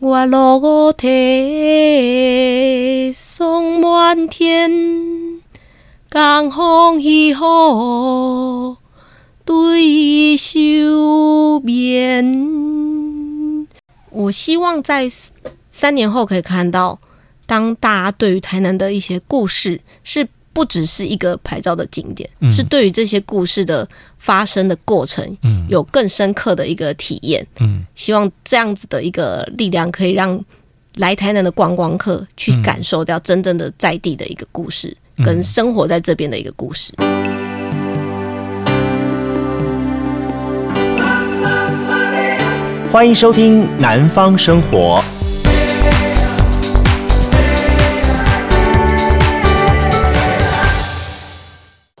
我路体送满天，江风起雨对休眠。我希望在三年后可以看到，当大家对于台南的一些故事是。不只是一个牌照的景点，嗯是对于这些故事的发生的过程嗯有更深刻的一个体验。嗯希望这样子的一个力量，可以让来台南的观光客去嗯感受到真正的在地的一个故事，嗯跟生活在这边的一个故事。欢迎收听《南方生活》。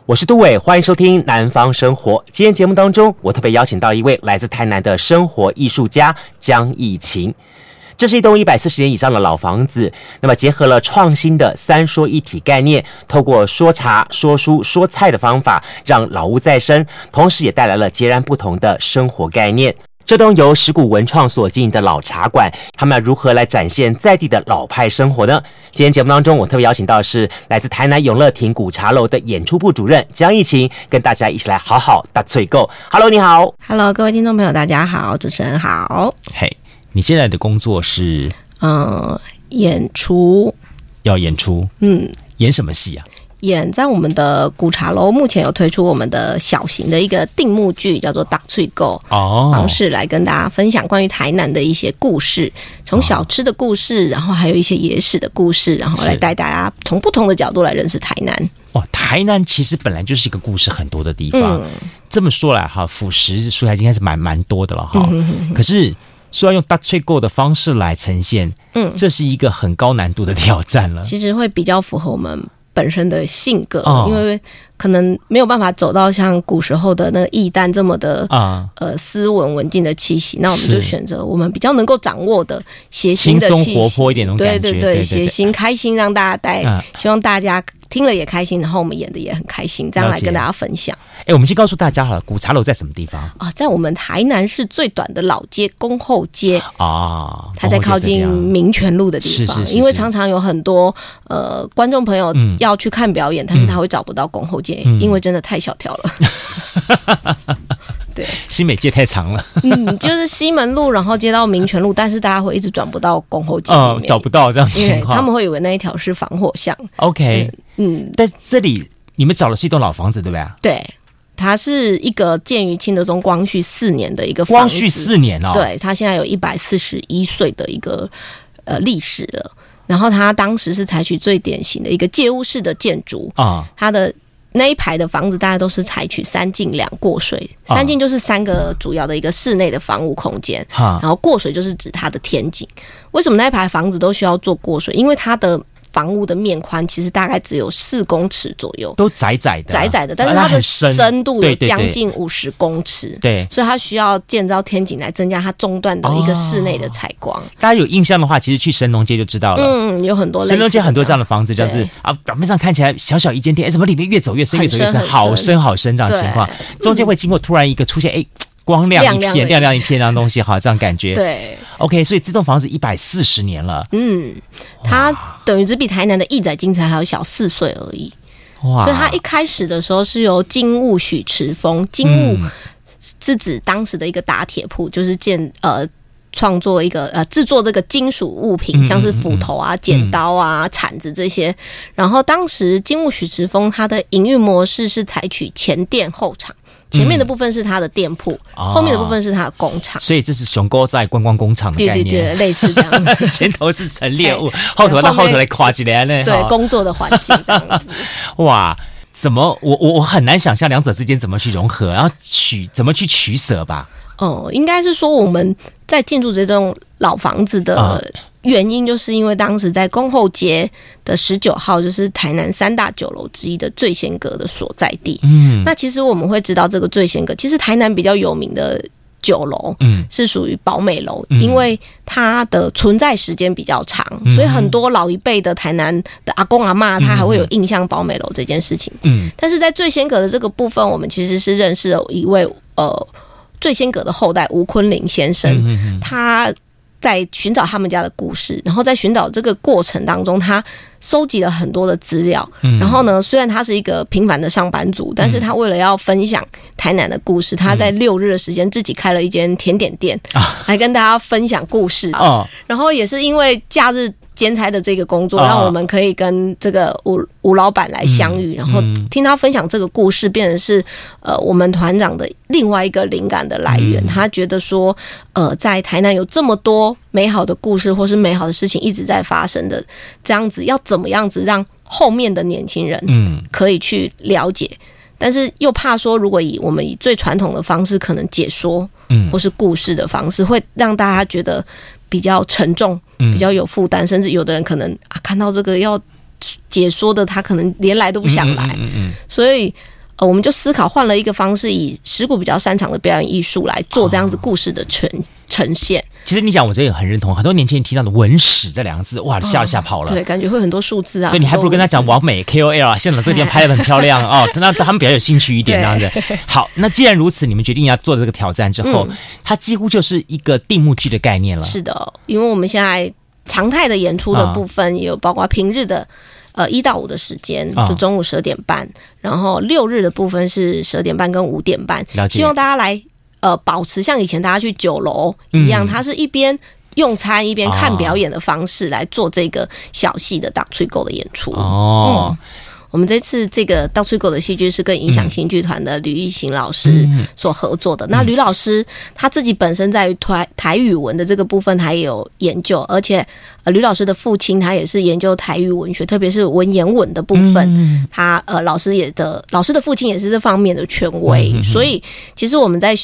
我是杜伟，欢迎收听《南方生活》。今天节目当中，我特别邀请到一位来自台南的生活艺术家江逸晴。这是一栋一百四十年以上的老房子，那么结合了创新的三说一体概念，透过说茶、说书、说菜的方法，让老屋再生，同时也带来了截然不同的生活概念。这栋由石鼓文创所经营的老茶馆，他们如何来展现在地的老派生活呢？今天节目当中，我特别邀请到的是来自台南永乐亭古茶楼的演出部主任江逸晴，跟大家一起来好好打脆够。Hello，你好。 Hello，各位听众朋友，大家好，主持人好，嘿，你现在的工作是嗯，演出。要演出，嗯，演什么戏啊？演在我们的古茶楼，目前有推出我们的小型的一个定目剧，叫做《打翠购》。哦方，式来跟大家分享关于台南的一些故事，啊从小吃的故事，然后还有一些野史的故事，然后来是啊带大家从不同的角度来认识台南。哇，台南其实本来就是一个故事很多的地方。嗯，这么说来哈，腐蚀素材应该是蛮蛮多的了哈。嗯可是说要用大脆购的方式来呈现，嗯这是一个很高难度的挑战了。其实会比较符合我们本身的性格，哦因为可能没有办法走到像古时候的那个驿站这么的。啊、呃，斯文文静的气息，那我们是就选择我们比较能够掌握的谐星轻的松气息，活泼一点那种感对对觉，对对，谐星开心让大家待，嗯希望大家听了也开心，然后我们演的也很开心，这样了来解跟大家分享。哎，我们先告诉大家好了，古茶楼在什么地方啊，在我们台南市最短的老街宫后街，啊？它在靠近哦民权路的地方。是是是因为是常常有很多呃观众朋友嗯要去看表演，但是他会找不到宫后街，嗯因为真的太小条了。 对，新美界太长了，嗯，就是西门路，然后接到民权路，但是大家会一直转不到宫后街里嗯，面找不到这样的因为情况。他们会以为那一条是防火巷。 OK，、嗯，但这里你们找的是一栋老房子，对不对？对，它是一个建于清德宗光绪四年的一个光房绪子四年哦，，呃对他现在有一百四十一岁的一个呃历史了。然后他当时是采取最典型的一个借屋式的建筑，啊、它的那一排的房子大概都是采取三进两过水，啊三进就是三个主要的一个室内的房屋空间。哈，然后过水就是指它的天井。为什么那一排房子都需要做过水？因为它的房屋的面宽其实大概只有四公尺左右，都窄窄的，窄窄的，但是啊它的很深深度有对对对将近五十公尺。对。所以它需要建造天井来增加它中段的一个室内的采光。大家有印象的话，其实去神农街就知道了。嗯，有很多类似的神农街很多这样的房子，这样对子啊，表面上看起来小小一间店，哎，怎么里面越走越深，越很走越深深，很好深深好深这样的情况，中间会经过突然一个出现，哎，光亮一亮亮片，的亮亮一片这样东西，哈，这样感觉。对， OK，所以这栋房子一百四十年了，嗯，它等于只比台南的义载金才还要小四岁而已。哇！所以它一开始的时候是由金物许池峰，金物嗯是指当时的一个打铁铺，就是建呃。创作一个呃，制作这个金属物嗯品，嗯像是斧头啊、剪刀啊、铲子这些。然后当时金物许池峰它的营运模式是采取前店后厂，前面的部分是它的店铺，哦后面的部分是它的工厂。所以这是熊哥在观光工厂的对概对念，对，类似这样 的前头是陈列物，后头到后后面头来垮起来呢，对哈工作的环境这样子。哇，怎么我我我很难想象两者之间怎么去融合，然后取怎么去取舍吧？哦、应该是说我们在进驻这栋老房子啊的原因，就是因为当时在宫后街的十九号，就是台南三大酒楼之一的醉仙阁的所在地。嗯那其实我们会知道这个醉仙阁，其实台南比较有名的酒楼。嗯是属于宝美楼，嗯因为它的存在时间比较长，嗯所以很多老一辈的台南的阿公阿妈，他还会有印象宝美楼这件事情。嗯，但是在醉仙阁的这个部分，我们其实是认识了一位呃醉仙阁的后代吴坤林先生，嗯嗯嗯他。在寻找他们家的故事，然后在寻找这个过程当中，他收集了很多的资料。嗯然后呢，虽然他是一个平凡的上班族，但是他为了要分享台南的故事，他在嗯六日的时间自己开了一间甜点店，啊来跟大家分享故事。哦，然后也是因为假日兼差的这个工作，啊让我们可以跟这个吴吴老板来相遇，然后听他分享这个故事，变成是呃我们团长的另外一个灵感的来源。他觉得说，呃，在台南有这么多美好的故事或是美好的事情一直在发生的，这样子要怎么样子让后面的年轻人嗯，可以去了解，但是又怕说，如果以我们以最传统的方式，可能解说，嗯或是故事的方式，会让大家觉得比较沉重，嗯比较有负担，甚至有的人可能啊看到这个要解说的，他可能连来都不想来，嗯嗯所以。呃，我们就思考换了一个方式，以石鼓比较擅长的表演艺术来做这样啊子故事的呈呈现，嗯其实你讲，我这也很认同。很多年轻人听到的“文史”这两个字，哇，吓都吓跑了。对，感觉会很多数字啊。对你还不如跟他讲很多完美 KOL 啊，现场这个地方拍的很漂 亮哦，那他们比较有兴趣一点这样子。好，那既然如此，你们决定要做这个挑战之后，它几乎就是一个定目剧的概念了。嗯是的，因为我们现在常态的演出的啊部分，也有包括平日的。呃，一到五的时间啊就中午十二点半，然后六日的部分是十二点半跟五点半了，解希望大家来呃保持像以前大家去酒楼一样，它是一边用餐一边看嗯啊表演的方式来做这个小戏的打吹狗的演出。哦，我们这次这个到吹狗的戏剧是跟影响新剧团的吕艺行老师所合作的。那吕老师他自己本身在于台台语文的这个部分还有研究，而且呃吕老师的父亲他也是研究台语文学，特别是文言文的部分。嗯他呃老师也的老师的父亲也是这方面的权威，所以其实我们在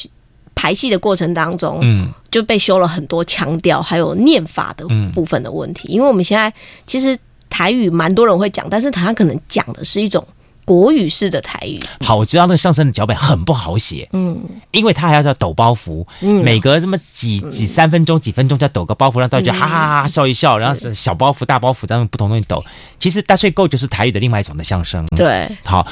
排戏的过程当中，嗯就被修了很多腔调还有念法的部分的问题，因为我们现在其实台语蛮多人会讲，但是他可能讲的是一种国语式的台语，好，我知道那个相声的脚本很不好写，嗯，因为他还要叫抖包袱，嗯每隔这么几几三分钟、几分钟就要抖个包袱，让大家哈嗯哈哈哈笑一笑，然后小包袱、大包袱，他们不同东西抖。其实大睡够就是台语的另外一种的相声，对，好，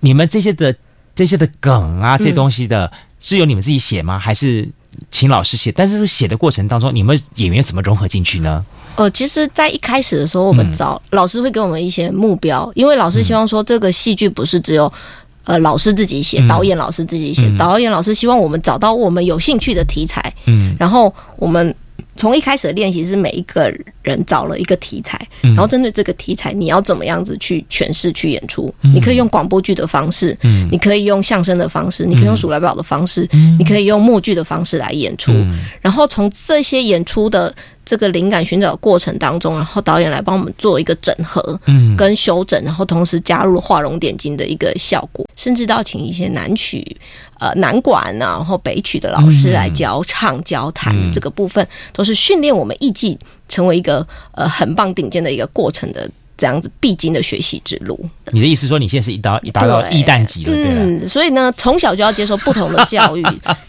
你们这些的这些的梗啊，这些东西的、嗯是由你们自己写吗？还是请老师写？但是写的过程当中，你们演员怎么融合进去呢？呃，其实，在一开始的时候，我们找、老师会给我们一些目标，因为老师希望说这个戏剧不是只有。呃，老师自己写，导演老师自己写，导演老师希望我们找到我们有兴趣的题材，嗯，然后我们从一开始的练习是每一个人找了一个题材，嗯然后针对这个题材，你要怎么样子去诠释、去演出？嗯你可以用广播剧的方式，你可以用相声的方式，你嗯可以用数来宝的方式，你可以用默剧的方式来演出。嗯然后从这些演出的这个灵感寻找的过程当中，然后导演来帮我们做一个整合，嗯跟修整，然后同时加入了画龙点睛的一个效果，甚至到请一些南曲、呃南管啊，然后北曲的老师嗯来教唱、教弹的这个部分，都是训练我们艺伎成为一个呃很棒顶尖的一个过程的这样子必经的学习之路。你的意思说你现在是一达达到对一旦级了，对啊吧？嗯，所以呢，从小就要接受不同的教 育，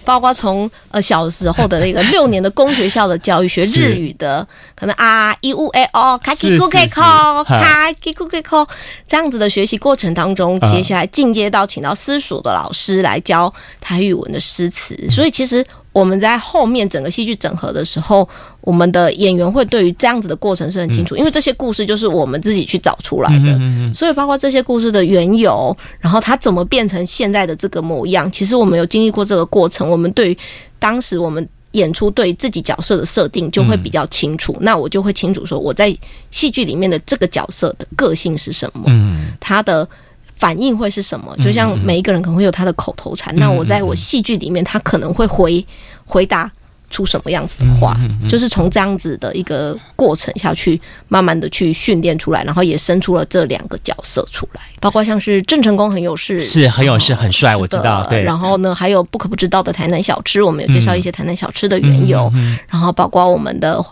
包括从呃小时候的那个六年的公学校的教育，学 是日语的，可能啊一五哎哦，卡是基库是开是口，哈卡基库开 口，这样子的学习过程当中，啊接下来进阶到请到私塾的老师来教台语文的诗词，所以其实。我们在后面整个戏剧整合的时候，我们的演员会对于这样子的过程是很清楚，因为这些故事就是我们自己去找出来的。嗯嗯嗯所以包括这些故事的缘由，然后它怎么变成现在的这个模样，其实我们有经历过这个过程，我们对于当时我们演出对于自己角色的设定就会比较清楚。那我就会清楚说我在戏剧里面的这个角色的个性是什么，嗯他的。反应会是什么？就像每一个人可能会有他的口头嗯禅，那我在我戏剧里面，他可能会回回答出什么样子的话，嗯就是从这样子的一个过程下去，慢慢的去训练出来，然后也生出了这两个角色出来，包括像是郑成功很有事，是很有事很帅是的我知道对然后呢，还有不可不知道的台南小吃，我们有介绍一些台南小吃的缘嗯由，然后包括我们的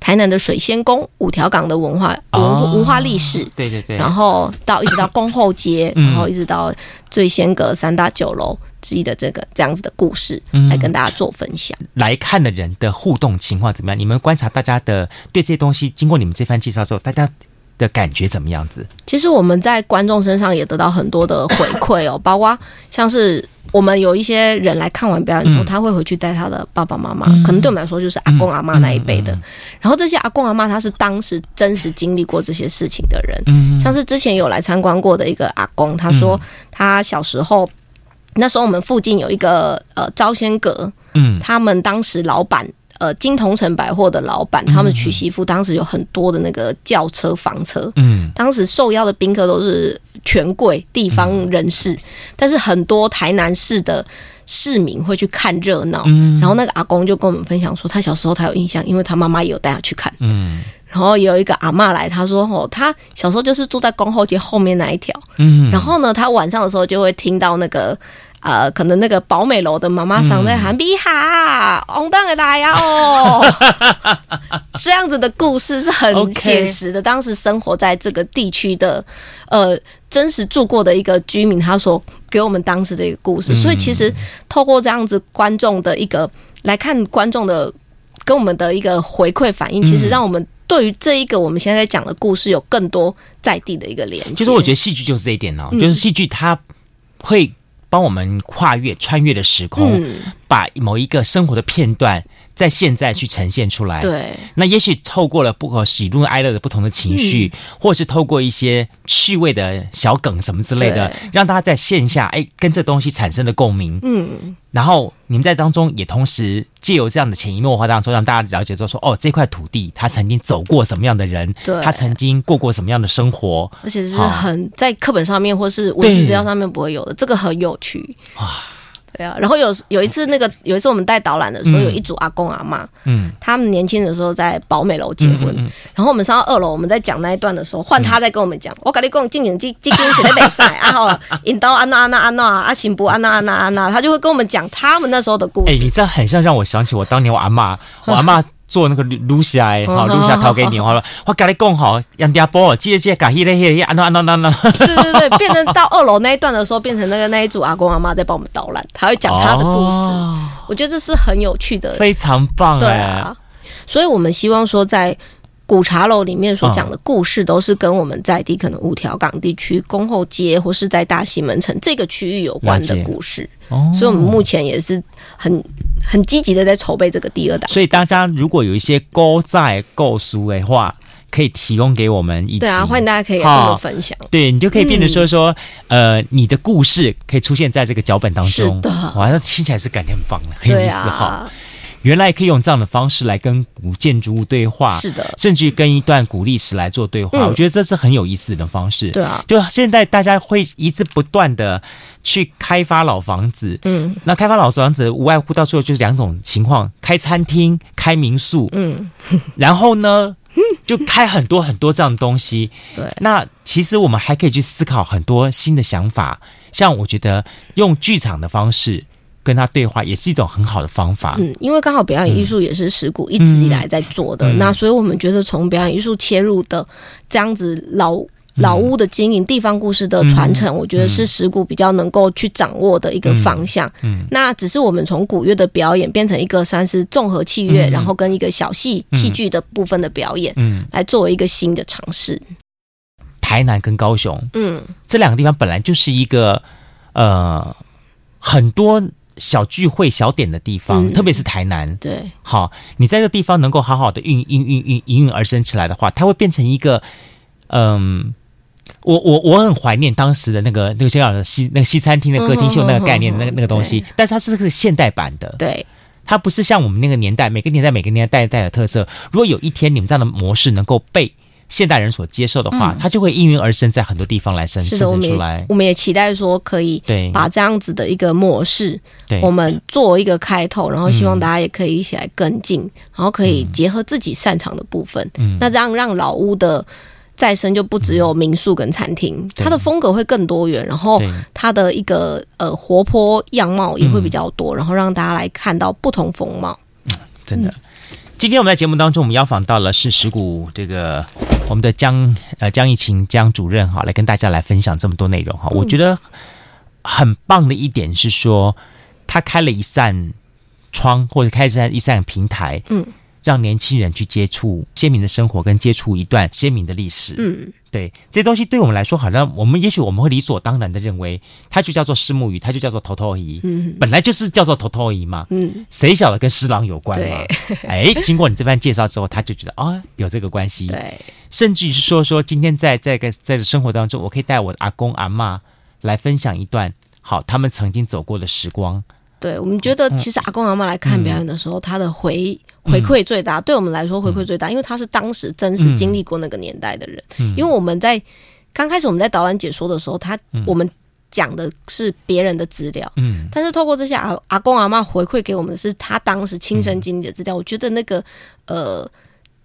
台南的水仙宫、五条港的文化文哦文化历史。对对对然后到一直到宫后街，然后一直到醉仙阁三大酒楼之一的这个这样子的故事，来跟大家做分享。来看的人的互动情况怎么样？你们观察大家的对这些东西，经过你们这番介绍之后，大家的感觉怎么样子？其实我们在观众身上也得到很多的回馈 哦，包括像是我们有一些人来看完表演之后，嗯他会回去带他的爸爸妈妈，可能对我们来说就是阿公阿妈那一嗯辈的。然后这些阿公阿妈，他是当时真实经历过这些事情的人，嗯像是之前有来参观过的一个阿公，他说他小时候。那时候我们附近有一个呃招仙阁，嗯他们当时老板呃金同城百货的老板，嗯他们娶媳妇当时有很多的那个轿车、房车，嗯当时受邀的宾客都是权贵、地方人士，但是很多台南市的市民会去看热闹。嗯然后那个阿公就跟我们分享说，他小时候他有印象，因为他妈妈也有带他去看。嗯然后有一个阿嬷来，他说哦，他小时候就是住在宫后街后面那一条。嗯，然后呢，他晚上的时候就会听到那个。呃，可能那个宝美楼的妈妈桑在喊“比哈，红当的来呀 哦”，这样子的故事是很 OK 写实的。当时生活在这个地区的，呃，真实住过的一个居民，他所给我们当时的一个故嗯事。所以其实透过这样子观众的一个来看观众的跟我们的一个回馈反嗯应，其实让我们对于这一个我们现在在讲的故事有更多在地的一个连接。其实我觉得戏剧就是这一点哦，就是戏剧它会帮我们跨越、穿越的时空，嗯把某一个生活的片段在现在去呈现出来。。对，那也许透过了不可呃喜怒哀乐的不同的情绪，嗯或是透过一些趣味的小梗什么之类的对，让大家在线下哎跟这东西产生了共鸣，嗯，然后你们在当中也同时借由这样的潜移默化当中，让大家了解到说哦这块土地他曾经走过什么样的人对，他曾经过过什么样的生活，而且是好很在课本上面或是文字对资料上面不会有的，这个很有趣。对啊，然后有有一次那个有一次我们带导览的时候，嗯有一组阿公阿妈，嗯，他们年轻的时候在宝美楼结婚，嗯嗯嗯然后我们上到二楼，我们在讲那一段的时候，换他在跟我们讲，我跟你讲，静静静静静是在北赛啊，好，引到安娜安娜安娜啊，行不安娜安娜安娜，他就会跟我们讲他们那时候的故哎、事。你这样很像让我想起我当年我阿嬷，我阿嬷做那个露西来，哈，露西来掏给你，我说我跟你讲吼，人家波，记得记得，搞迄个迄个，安那安那安那，对对对，变成到二楼那一段的时候，变成那个那一组阿公阿妈在帮我们导览，他会讲他的故事。哦我觉得这是很有趣的，非常棒对哎、啊。所以我们希望说，在古茶楼里面嗯所讲的故事，都是跟我们在地可能五条港地区、宫后街或是在大西门城这个区域有关的了解故事。哦所以我们目前也是很很积极的在筹备这个第二档。所以大家如果有一些勾在构书的话，可以提供给我们一起。对啊，欢迎大家可以跟我好们分享。对你就可以变成说说，呃，你的故事可以出现在这个脚本当中。嗯是的哇，那听起来是感觉很棒的，很有对意思哈、啊，原来可以用这样的方式来跟古建筑物对话，是的甚至于跟一段古历史来做对话，嗯我觉得这是很有意思的方式。对啊就现在大家会一直不断的去开发老房子，嗯那开发老房子无外乎到最后就是两种情况：开餐厅、开民宿，嗯， 然后呢，就开很多很多这样的东西。对那其实我们还可以去思考很多新的想法，像我觉得用剧场的方式跟他对话，也是一种很好的方法。嗯，因为刚好表演艺术也是石鼓一直以来在做的，嗯那所以我们觉得从表演艺术切入的这样子老。嗯老屋的经营、地方故事的传承，我觉得是石鼓比较能够去掌握的一个方向。嗯那只是我们从古乐的表演变成一个三是综合器乐，嗯嗯然后跟一个小戏戏剧的部分的表演，嗯，来作为一个新的尝试。台南跟高雄嗯，这两个地方本来就是一个呃很多小聚会小点的地方，嗯特别是台南。对，好，你在这个地方能够好好的孕孕孕孕应运而生起来的话，它会变成一个嗯。我我我很怀念当时的那个那个香港的西那个西餐厅的歌厅秀那个概念、嗯哼那个嗯哼那个东西，但是它是个现代版的，对，它不是像我们那个年代，每个年代每个年代带的特色。如果有一天你们这样的模式能够被现代人所接受的话，它就会应运而生，在很多地方来生是生的，我成们出来也。我们也期待说可以对把这样子的一个模式，对，我们做一个开头，然后希望大家也可以一起来跟进，然后可以结合自己擅长的部分。嗯那这样让老屋的再生就不只有民宿跟餐厅，对它的风格会更多元，然后对嗯它的一个呃活泼样貌也会比较多，然后让大家来看到不同风貌。真嗯的。今天我们在节目当中，我们邀访到了是石鼓这个我们的江呃江一晴江主任哈，来跟大家来分享这么多内容哈。嗯我觉得很棒的一点是说，他开了一扇窗或者开了一扇一扇平台，嗯，让年轻人去接触先民的生活，跟接触一段先民的历史。嗯，对这些东西对我们来说，好像我们也许我们会理所当然的认为，它就叫做虱目鱼，它就叫做头头鱼，嗯，本来就是叫做头头鱼嘛，嗯，谁晓得跟狮狼有关嘛？ 哎，经过你这番介绍之后，他就觉得啊、哦有这个关系，对，甚至于是说说今天在在个在生活当中，我可以带我的阿公阿妈来分享一段好他们曾经走过的时光，对，我们觉得其实阿公阿妈来看表演的时候，他的回回馈最大，对我们来说回馈最大，因为他是当时真实经历过那个年代的人。因为我们在刚开始我们在导览解说的时候，他我们讲的是别人的资料，嗯但是透过这些阿阿公阿妈回馈给我们的是他当时亲身经历的资料，我觉得那个呃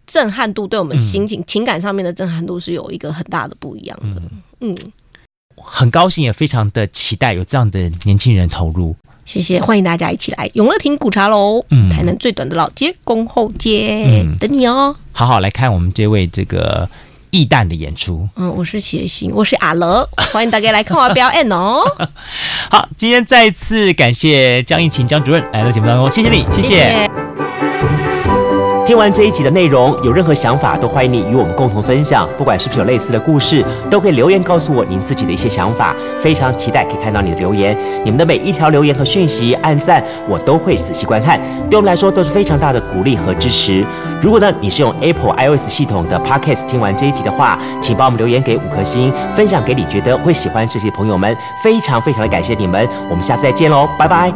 震撼度对我们心情、情感上面的震撼度是有一个很大的不一样的。嗯，很高兴也非常的期待有这样的年轻人投入。谢谢，欢迎大家一起来永乐亭古茶楼，嗯台南最短的老街恭后街，嗯等你哦。好好来看我们这位这个艺旦的演出。嗯，我是谢欣，我是阿乐，欢迎大家来看我表演哦。好，今天再次感谢江一琴江主任来到节目当中，谢谢 你，谢谢。听完这一集的内容，有任何想法都欢迎你与我们共同分享，不管是不是有类似的故事，都可以留言告诉我您自己的一些想法。非常期待可以看到你的留言，你们的每一条留言和讯息、按赞，我都会仔细观看，对我们来说都是非常大的鼓励和支持。如果呢你是用 Apple iOS 系统的 Podcast 听完这一集的话，请帮我们留言给五颗星，分享给你觉得会喜欢这些朋友们，非常非常的感谢你们，我们下次再见喽，拜拜。